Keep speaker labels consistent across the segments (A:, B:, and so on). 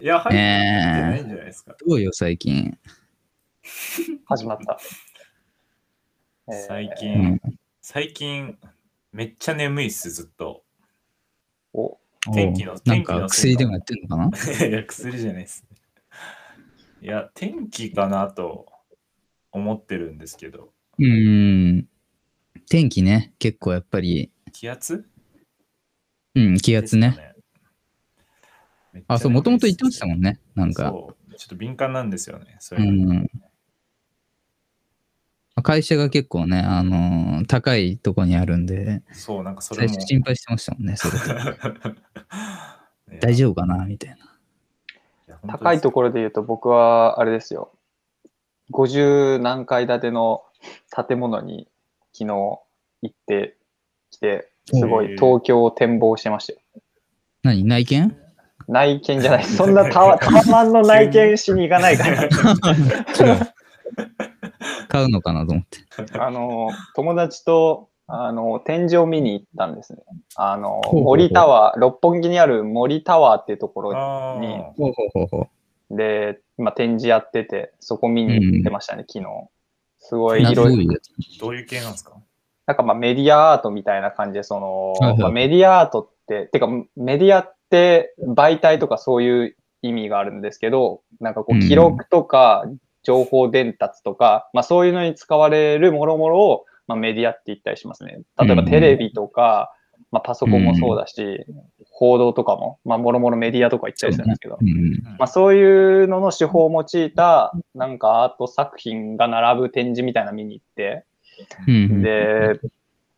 A: いや、入って
B: え
A: ないんじゃないですか。
B: どうよ、最近。
C: 始まった。えー
A: 最
B: う
A: 近、
B: ん、
A: 最近、めっちゃ眠いっす、ずっと。
C: お
A: 天気の
B: おうな
A: 天
B: ん
A: 気の
B: か薬でもやってんのかない
A: や、薬じゃないですね。いや、天気かなと思ってるんですけど、
B: うーん。天気ね、結構やっぱり、
A: 気圧
B: うん、気圧ね。
A: ですかね。
B: あ、そう、もともと言ってました
A: ん。
B: もんね。なんか、
A: そう、ちょっと敏感なんですよね。そうれ
B: ん。まあ会社が結構ね、あのー高いとこにあるんで、
A: そう、なんかそれも
B: 最初。心配してましたもんね、それ 大
A: 大
B: 丈夫かなみたいな。
C: 高 いところで言うと僕はあれですよ。50何階建ての建物に昨日行ってきて、すご
A: へ
C: い
A: ー
C: 東京を展望してましたよ。
B: 何内見
C: 内見じ ゃない。そんなタワタワマンの内見しに行 かないから。
B: 違う。買うのかなと思って。
C: あの、友達と、あの、天井見に行ったんですね。あの、
B: ほうほう
C: 森タワー、六本木にある森タワーっていうところ
A: あ
C: に
A: ー
B: ほうほうほうほ
C: で、今展示やってて、そこ見に行ってましたね、昨日。すご
B: う。
C: いい
B: 謎
C: ろ
B: 多
C: い
B: い
C: ろ、
B: やつ
A: どういう系なんですか
C: なんかまあメディアアートみたいな感じで、その、
B: はいはい
C: まあメディアアートって、てかメディアって媒体とかそういう意味があるんですけど、なんかこ
B: うん
C: う記録とか情報伝達とか、まあそういうのに使われるもろもろを、まあ、メディアって言ったりしますね。例えば
B: うん
C: テレビとか、まあパソコンもそうだし、報道とかも、まあもろもろメディアとか言ったりするんですけど
B: う、ん。
A: うん
C: まあ、そういうのの手法を用いた、なんかアート作品が並ぶ展示みたいなの見に行って、
B: うん。
C: で、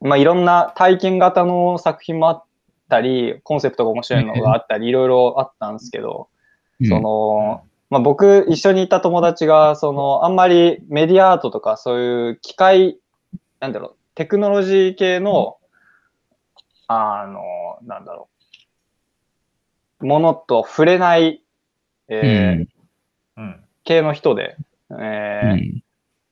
C: まあ、いろんな体験型の作品もあったり、コンセプトが面白いのがあったり、いろいろあったんですけど、
B: うん
C: その、まあ、僕、一緒にいた友達が、その、あんまりメディアアートとか、そういう機械、なんだろう、テクノロジー系の、あの、なんだろう、ものと触れない、え
B: う
C: ー
B: ん。
A: うん
C: 系の人で、えー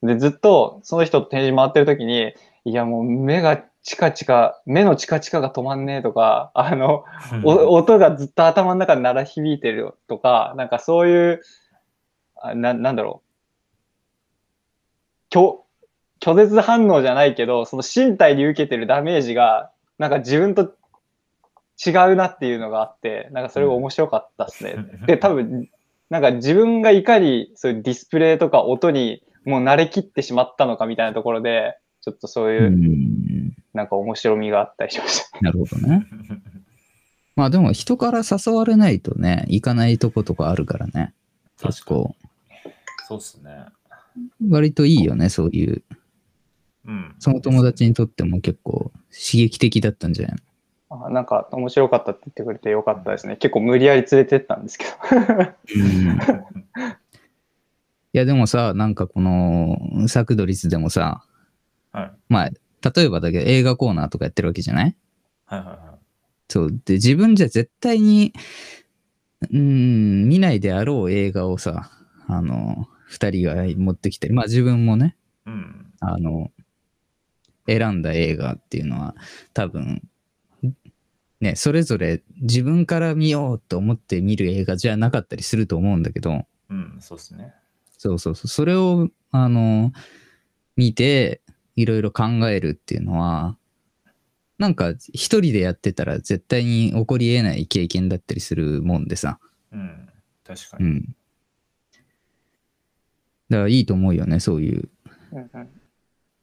C: で、ずっとその人と展示回ってる時に、いやもう目がチカチカ、目のチカチカが止まんねえとか、あの、お音がずっと頭の中に鳴ら響いてるとか、なんかそういう、あななんだろう拒、拒絶反応じゃないけど、その身体に受けてるダメージが、なんか自分と違うなっていうのがあって、なんかそれが面白かったですね。 で、 多分、なんか自分がいかにそういうディスプレイとか音にもう慣れきってしまったのかみたいなところで、ちょっとそういうう、
B: ん。
C: なんか面白みがあったりしました。
B: なるほどね。まあでも人から誘われないとね、行かないとことかあるからね。結
A: 確かに。
B: 構。
A: そうっすね。
B: 割といいよね、そういう。
A: うん。
B: その友達にとっても結構刺激的だったんじゃない
C: あなんか面白かったって言ってくれてよかったですね。結構無理やり連れてったんですけど。
B: のいやでもさ、なんかこの作ドリスでもさ、
A: はい
B: まあ、例えばだけど映画コーナーとかやってるわけじゃない
A: はいはいは
B: そう。で、自分じゃ絶対に、うん、見ないであろう映画をさ、あの、二人が持ってきて、まあ自分もね、
A: い。うん。
B: あの、選んだ映画っていうのは多分、ね、それぞれ自分から見ようと思って見る映画じゃなかったりすると思うんだけど、
A: うん、そうっすね。
B: そうそうそう、それを、あの、見て、いろいろ考えるっていうのは、なんか一人でやってたら絶対に起こり得ない経験だったりするもんでさ、
A: うん。確か
B: う
A: に。
B: ん。だからいいと思うよね、そういう
C: うんうん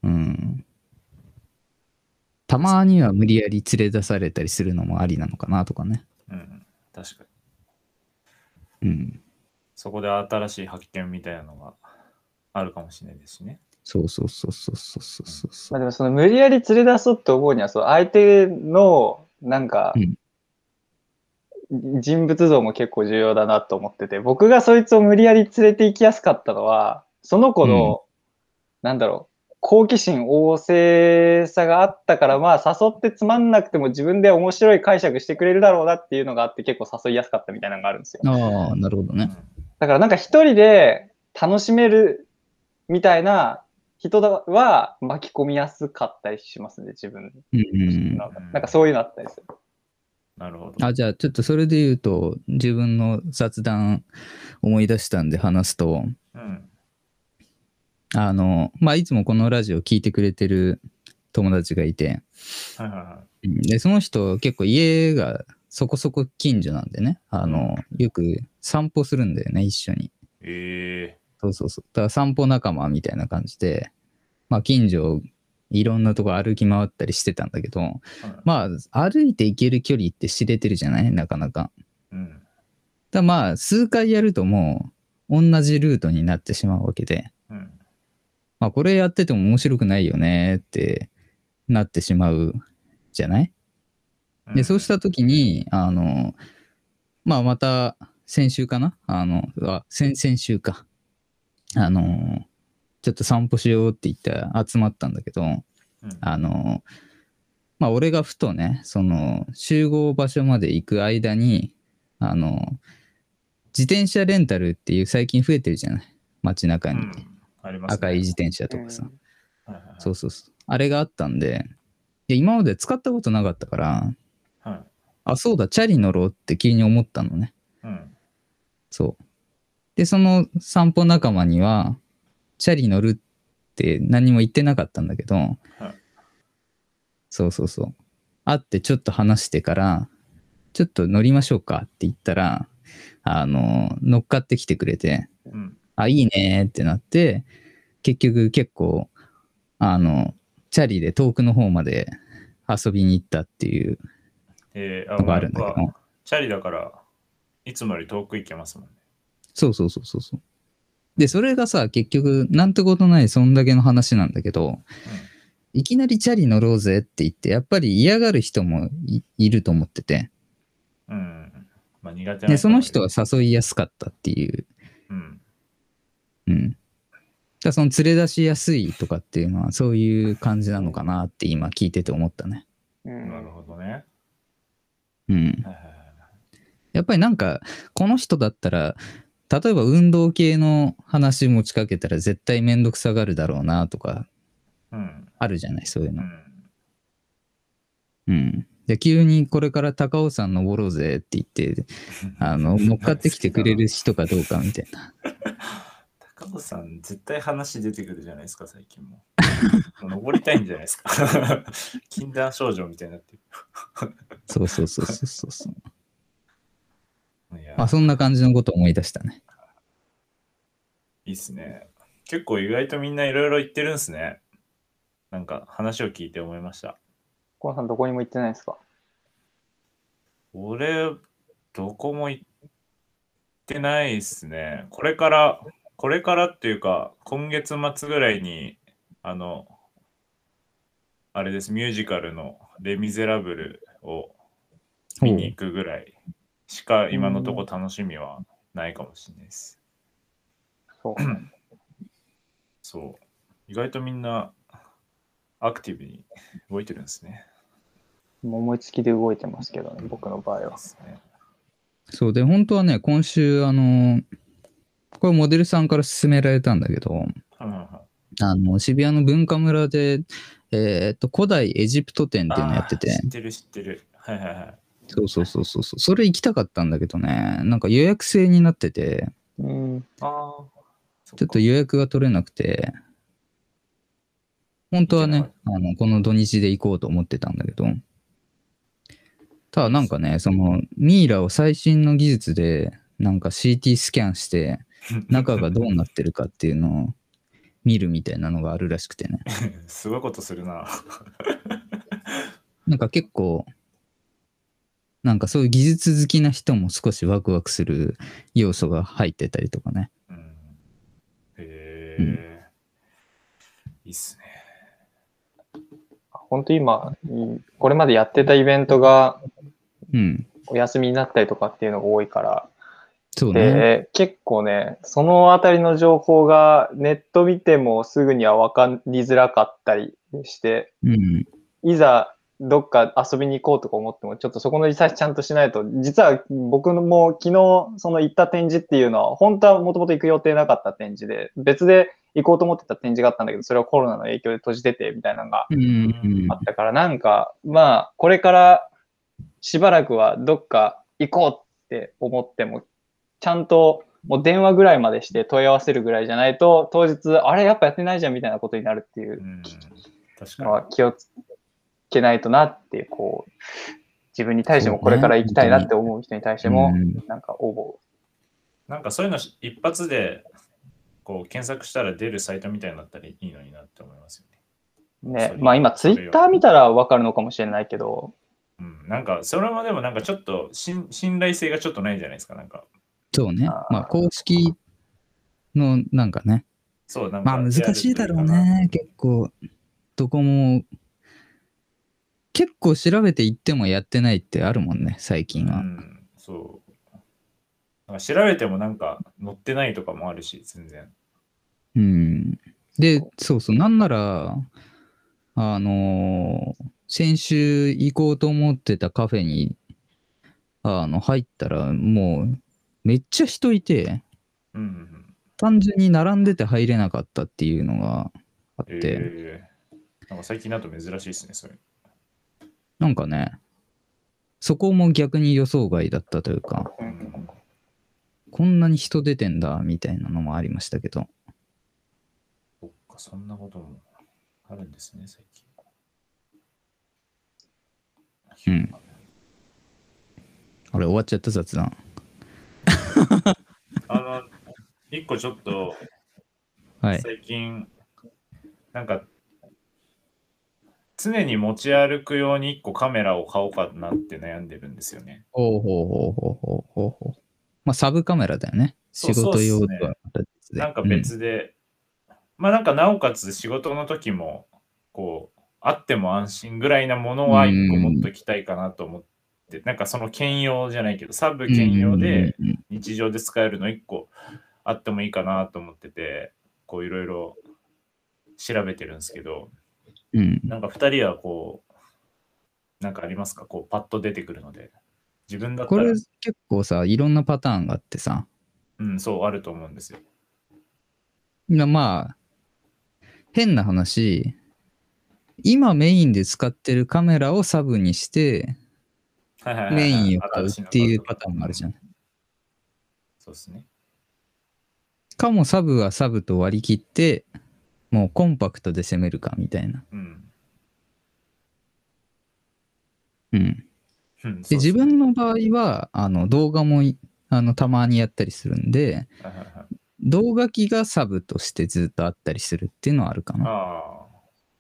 B: うんたまには無理やり連れ出されたりするのもありなのかなとかね。
A: うん。確かに。
B: うん。
A: そこで新しい発見みたいなのがあるかもしれないですしね。
B: そうそうそうそうそうそうそ
C: ま
B: う。
C: あでもその無理やり連れ出そうって思うには、その相手のなんか
B: うん、
C: 人物像も結構重要だなと思ってて、僕がそいつを無理やり連れて行きやすかったのは、その子の、なんだろう、好奇心旺盛さがあったから、まあ誘ってつまんなくても自分で面白い解釈してくれるだろうなっていうのがあって結構誘いやすかったみたいなのがあるんですよ。
B: ああ、なるほど
A: う
B: ね。
A: ん
C: だからなんか一人で楽しめるみたいな人は巻き込みやすかったりしますね、自分
B: うんうん。
C: なんかそういうのあったりする。
A: なるほど。
B: あ、じゃあちょっとそれで言うと、自分の雑談思い出したんで話すと、
A: うん。
B: あの、まあ、いつもこのラジオ聞いてくれてる友達がいて、
A: はいはいは
B: で、その人結構家がそこそこ近所なんでね、あの、よく散歩するんだよね、一緒に。
A: い。え
B: そうそうそう。だから散歩仲間みたいな感じで、まあ近所いろんなとこ歩き回ったりしてたんだけど、
A: えー。
B: まあ歩いて行ける距離って知れてるじゃないなかなか。
A: うん。
B: だからまあ数回やるともう同じルートになってしまうわけで、
A: うん。
B: まあこれやってても面白くないよねってなってしまうじゃない
A: うん
B: で、そうした時に、あの、まあ、また、先週かなあの、あ先々週か。あの、ちょっと散歩しようって言って集まったんだけど、
A: うん
B: あの、まあ、俺がふとね、その、集合場所まで行く間に、あの、自転車レンタルっていう最近増えてるじゃない街中
A: う
B: に。
A: んありますね
B: 赤い自転車とかさ。
A: はいはいはい
B: そうそうそう。あれがあったんで、いや今まで使ったことなかったから、
A: はい。
B: あ、そうだ、チャリ乗ろうって急に思ったのね。
A: うん。
B: そう。で、その散歩仲間には、チャリ乗るって何も言ってなかったんだけど、そうそうそう。会ってちょっと話してから、ちょっと乗りましょうかって言ったら、あの、乗っかってきてくれて、
A: うん。
B: あ、いいねーってなって、結局結構、あの、チャリで遠くの方まで遊びに行ったっていう
A: ええ
B: のがあるんだ
A: やっ
B: け
A: ぱ
B: ど。
A: チャリだから、いつもより遠く行けますもんね。
B: そうそうそうそうそう。で、それがさ、結局、なんてことない、そんだけの話なんだけど、いきなりチャリ乗ろうぜって言って、やっぱり嫌がる人もいいると思ってて、
A: うん。うん。まあ苦手な
B: で、その人は
A: は、
B: 誘いやすかったっていう、
A: うん。
B: うん。だからその連れ出しやすいとかっていうのは、そういう感じなのかなって今聞いてて思ったね。
C: うん
A: なるほどね。
B: うん。
A: はいはいはい
B: やっぱりなんか、この人だったら、例えば運動系の話持ちかけたら絶対めんどくさがるだろうなとか、
A: うん。
B: あるじゃない、そういう
A: う
B: の。
A: ん。
B: うん。で、急にこれから高尾山登ろうぜって言 って、あの、乗っかってきてくれる人かどうかみたいな。
A: 高尾さん、絶対話出てくるじゃないですか、最近 も。もう登りたいんじゃないですか。 禁断症状みたいになって
B: そうそうそうそうそうそう。
A: る。いや、
B: まあ、そんな感じのことを思い出したね。
A: いいっすね。結構意外とみんないろいろ言ってるんすね。なんか話を聞いて思いました。
C: コウさんどこにも行ってないですか
A: 俺、どこも行ってないっすね。これから、これからっていうか、今月末ぐらいに、あの、あれです、ミュージカルのレ・ミゼラブルを見に行くぐらいしか今のとこ楽しみはないかもしれないです。
C: そう。
A: そう。意外とみんなアクティブに動いてるんですね。
C: もう思いつきで動いてますけどね、僕の場合
A: で
C: は。
A: すね
B: そうで、本当はね、今週、あの、これモデルさんから勧められたんだけど、
A: はいはいはい
B: あの、渋谷の文化村で、えーっと、古代エジプト展っていうのやって
A: あー
B: て
A: 知、ってる知ってる。はいはいはい。
B: そうそうそうそうそう、それ行きたかったんだけどね、なんか予約制になってて、
C: うん。
A: ああ。
B: ちょっ と予約が取れなくて、本当はね、あのこの土日で行こうと思ってたんだけど、ただなんかね、そのミイラを最新の技術で、なんか CT スキャンして、中がどうなってるかっていうのを見るみたいなのがあるらしくてね。
A: すごいことするな。
B: なんか結構、なんかそういう技術好きな人も少しワクワクする要素が入ってたりとかね。
A: うん、へえ、いいっすね。、
C: 本当今、いこれまでやってたイベントが
B: うん。
C: お休みになったりとかっていうのが多いから、
B: そうね。
C: で、結構ね、そのあたりの情報がネット見てもすぐにはわかりづらかったりして、
B: うん。
C: いざどっか遊びに行こうとか思っても、ちょっとそこのリサーチちゃんとしないと、実は僕も昨日その行った展示っていうのは、本当はもともと行く予定なかった展示で、別で行こうと思ってた展示があったんだけど、それはコロナの影響で閉じててみたいなのが
B: うん。うん
C: あったから、なんか、まあ、これからしばらくはどっか行こうって思っても、ちゃんともう電話ぐらいまでして問い合わせるぐらいじゃないと、当日、あれやっぱやってないじゃんみたいなことになるっていううん
A: 確
C: の
A: か
C: は気をつけないとなっていう、こう、自分に対してもこれから行きたいなって思う人に対しても
B: う、ん
C: なんか応
A: に。なんかそういうのし一発でこう検索したら出るサイトみたいになったらいいのになって思いますよね。
C: 募。
A: そ
C: ね
A: れ。
C: まあ今、ツイッター見たらわかるのかもしれないけど、
A: うん、なんかそれもでもなんかちょっと信信頼性がちょっとないじゃないですか。なんか
B: そうね。
C: あー
B: まあ、公式のなんかね。
A: そうなんか
B: まあ、難しいだろう
A: リアルというか
B: ね。結構、どこも、結構調べていってもやってないってあるもんね、最近
A: う
B: は。
A: ん、そう。なんか調べてもなんか載ってないとかもあるし、全然。
B: うん。で、そうそう、なんなら、あのー先週行こうと思ってたカフェに、あの、入ったら、もう、めっちゃ人いて、
A: うんうんうん。
B: 単純に並んでて入れなかったっていうのがあって、
A: えー、なんか最近だと珍しいですね、それ。
B: なんかね、そこも逆に予想外だったというか、
A: うん
B: こんなに人出てんだ、みたいなのもありましたけど。
A: そっか、そんなこともあるんですね、最近。
B: うんあれ、終わっちゃった雑談。
A: あの、一個ちょっと、
B: はい。
A: 最近、なんか、常に持ち歩くように一個カメラを買おうかなって悩んでるんですよね。
B: ほうほうほうほうほうほうほう。まあ、サブカメラだよね。
A: そう
B: 仕事用
A: そう
B: と
A: っすね
B: はま
A: な
B: た別で。
A: んか別で、まあなんかなおかつ仕事の時も、こう、あっても安心ぐらいなものは一個持っときたいかなと思って、なんかその兼用じゃないけど、サブ
B: うん
A: 兼用で、
B: うんうんうん
A: 日常で使えるの一個あってもいいかなと思ってて、こういろいろ調べてるんですけど、
B: うん。
A: なんか二人はこう、なんかありますかこうパッと出てくるので。自分だった
B: こ
A: ら
B: れ、結構さ、いろんなパターンがあってさ、
A: うん、そうあると思うんですよ。
B: なまあ、変な話、今メインで使ってるカメラをサブにして、
A: はいはいはいはい
B: メインを買うっていうパターンもあるじゃん。。
A: そうですね。
B: かもサブはサブと割り切って、もうコンパクトで攻めるかみたいな。
A: うん。
B: うん。
A: うん
B: で、自、
A: そう
B: 分の場合は、あの、動画もい、あの、たまにやったりするんで、
A: そうはいはいはい
B: 動画機がサブとしてずっとあったりするっていうのはあるかな。
A: あ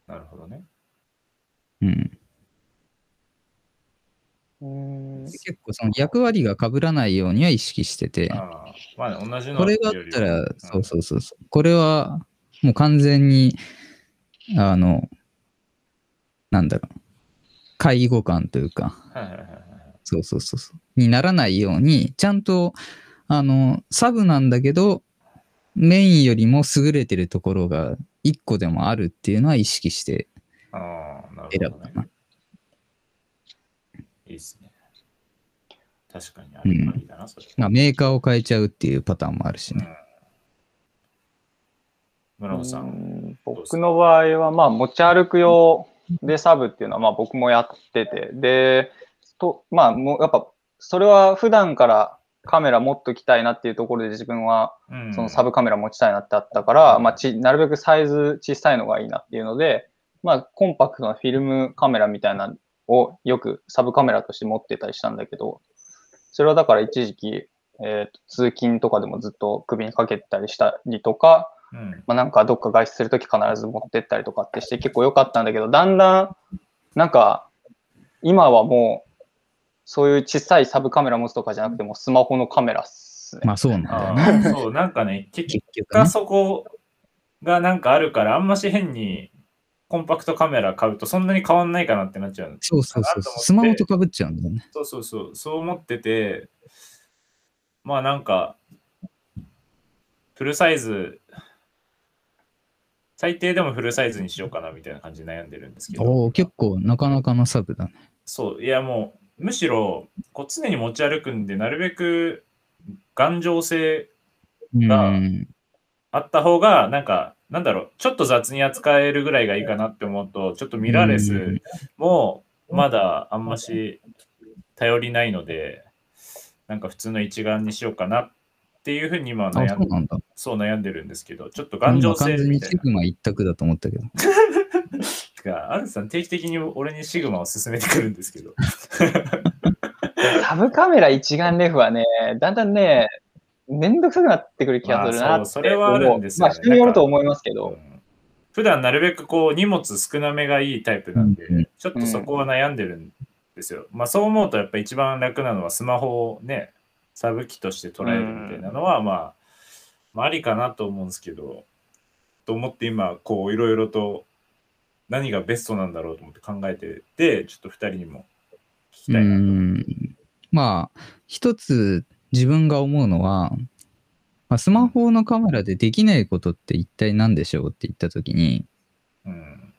A: あ、なるほどね。
B: うん。
C: うん
B: で結構その役割が被らないようには意識してて、
A: ああまあ、同じの
B: これがあったら、そうそうそうそう。これは、もう完全に、あの、なんだろう、介護感というか、
A: うん。はいはいはいはい
B: そうそうそうそう。にならないように、ちゃんと、あの、サブなんだけど、メインよりも優れてるところが一個でもあるっていうのは意識して
A: ああ、な
B: 選
A: る
B: ぶ
A: ほどね。
B: かな。
A: いいですね。確かにあり
B: うん
A: ありだな、それ。
B: まあ、メーカーを変えちゃうっていうパターンもあるし
A: う
B: ね。
A: ん村尾さ。
C: うんん僕の場合は、まあ、持ち歩く用でサブっていうのは、まあ、僕もやってて、で、とまあ、もうやっぱ、それは普段からカメラ持っときたいなっていうところで自分は、
A: うん
C: そのサブカメラ持ちたいなってあったから、
A: うん
C: まあ、ちなるべくサイズ小さいのがいいなっていうので、まあ、コンパクトなフィルムカメラみたいなのをよくサブカメラとして持ってたりしたんだけど、それはだから一時期、えーと通勤とかでもずっと首にかけてたりしたりとか、
A: うん
C: まあ、なんかどっか外出するとき必ず持ってったりとかってして結構良かったんだけど、だんだん、なんか、今はもう、そういう小さいサブカメラ持つとかじゃなくて、もうスマホのカメラっすね。
B: まあ、そうなんだよ
A: あ
B: ね。
A: あそう、なんかね、結
B: 結局、
A: 果
B: ね。
A: そこがなんかあるから、あんまし変にコンパクトカメラ買うとそんなに変わんないかなってなっちゃう。
B: そうそうそう。
A: あと思って
B: スマホとかぶっちゃうんだよね。
A: そうそうそう、そう思ってて、まあなんか、フルサイズ、最低でもフルサイズにしようかなみたいな感じで悩んでるんですけど、
B: おお、結構なかなかのサブだね。
A: そう、いやもう、むしろこう常に持ち歩くんで、なるべく頑丈性
B: うん。
A: あった方が、なんか、なんだろう、ちょっと雑に扱えるぐらいがいいかなって思うと、ちょっとミラーレスもまだあんまし頼りないので、なんか普通の一眼にしようかなっていうふうに今は
B: あ、
A: 悩
B: そうんなんだ。
A: そう悩んでるんですけど、ちょっと頑丈性
B: 今完全
A: み
B: に
A: たい
B: シグマ一択だと思ったけど。
A: な。がアルさん定期的に俺にシグマを勧めてくるんですけど。
C: サブカメラ一眼レフはね、だんだんね、めんどくさくなってくる気がするなって思う。
A: まあそうそれはあるんですよね
C: まあ人によると思いますけ
A: う
C: ど。
A: ん普段なるべくこう荷物少なめがいいタイプなんで、
B: うんうん
A: ちょっとそこは悩んでるんですよ。まあそう思うとやっぱ一番楽なのはスマホをね、サブ機として捉えるみたいなのはまあ、まあありかなと思うんですけど、と思って今こういろいろと何がベストなんだろうと思って考えてて、ちょっと二人にも聞き
B: う
A: たいなと。
B: ん。まあ、一つ自分が思うのは、まあ、スマホのカメラでできないことって一体何でしょうって言ったときに、
A: うん。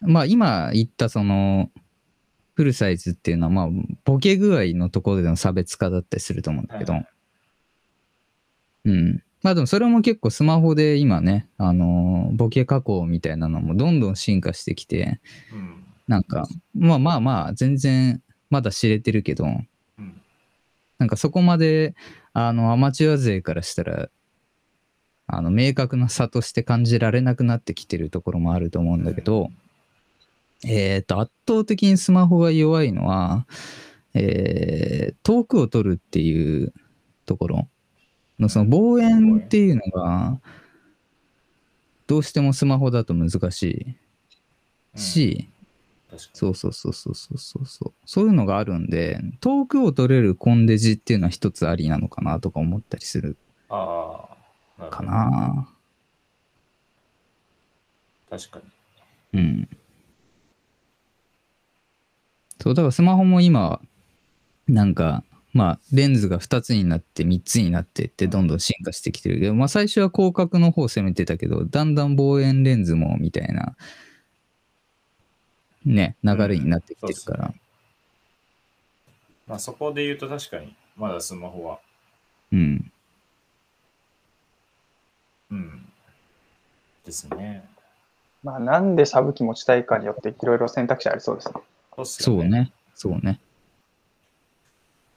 B: まあ今言ったそのフルサイズっていうのはまあボケ具合のところでの差別化だったりすると思うんだけど、
A: はい
B: うん。まあでもそれも結構スマホで今ね、あのーボケ加工みたいなのもどんどん進化してきて、
A: うん。
B: なんか、まあまあまあ全然まだ知れてるけど、
A: うん。
B: なんかそこまであのアマチュア勢からしたら、あの明確な差として感じられなくなってきてるところもあると思うんだけど、えっ、と、圧倒的にスマホが弱いのは、えー遠くを取るっていうところの、その望遠っていうのが、どうしてもスマホだと難しいし、
A: うん、確か
B: そうそうそうそうそうそうそう。そういうのがあるんで、遠くを取れるコンデジっていうのは一つありなのかなとか思ったりする
A: に。ああ、るほ
B: か
A: ど。
B: な。
A: 確かに。
B: うん。そう、だからスマホも今、なんか、まあ、レンズが2つになって3つになってってどんどん進化してきてるけど、まあ最初は広角の方を攻めてたけど、だんだん望遠レンズもみたいな、ね、流れになってきてるから。
A: まあそこで言うと確かに、まだスマホは。
B: うん。
A: うん。ですね。
C: まあなんでサブ機持ちたいかによっていろいろ選択肢ありそうですね。
A: そうっす
B: そ
A: よ
B: う。ね。そうね。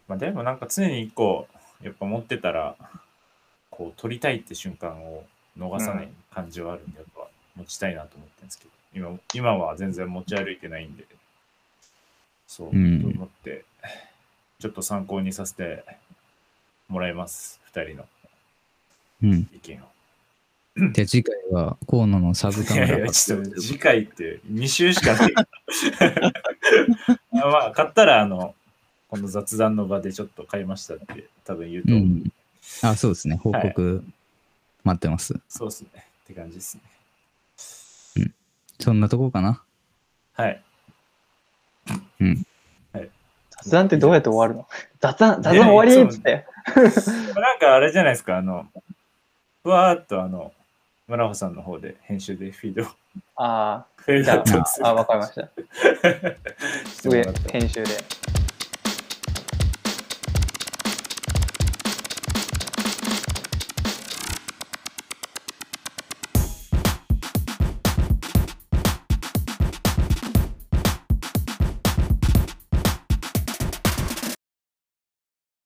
A: まあ、でもなんか常に一個、やっぱ持ってたら、こう、取りたいって瞬間を逃さない感じはあるんで、やっぱ持ちたいなと思ってるんですけど、今今は全然持ち歩いてないんで、そう、
B: うん
A: と思って、ちょっと参考にさせてもらいます、二人の
B: うん。
A: 意見を。
B: で、次回は河野のサブカ
A: い
B: メ
A: やい
B: ラ
A: や、ちょっ
B: 活
A: と
B: 用
A: 次回って2週しかない。 あまあ、買ったら、あの、この雑談の場でちょっと買いましたって多分言うと、
B: うん。あ、そうですね。報告待ってます。
A: そうですね。って感じですね。
B: そんなとこかな。
A: はい。
B: うん。
C: 雑談ってどうやって終わるの雑談、雑談
A: いやいや
C: 終わり
A: そう
C: っつって。
A: なんかあれじゃないですか、あの、ふわーっとあの、村穂さんの方で編集でフィードを
C: あ
A: フェードアウト
C: あ、あわかりました。
A: しても
C: 上
A: らっ、
C: 編集で。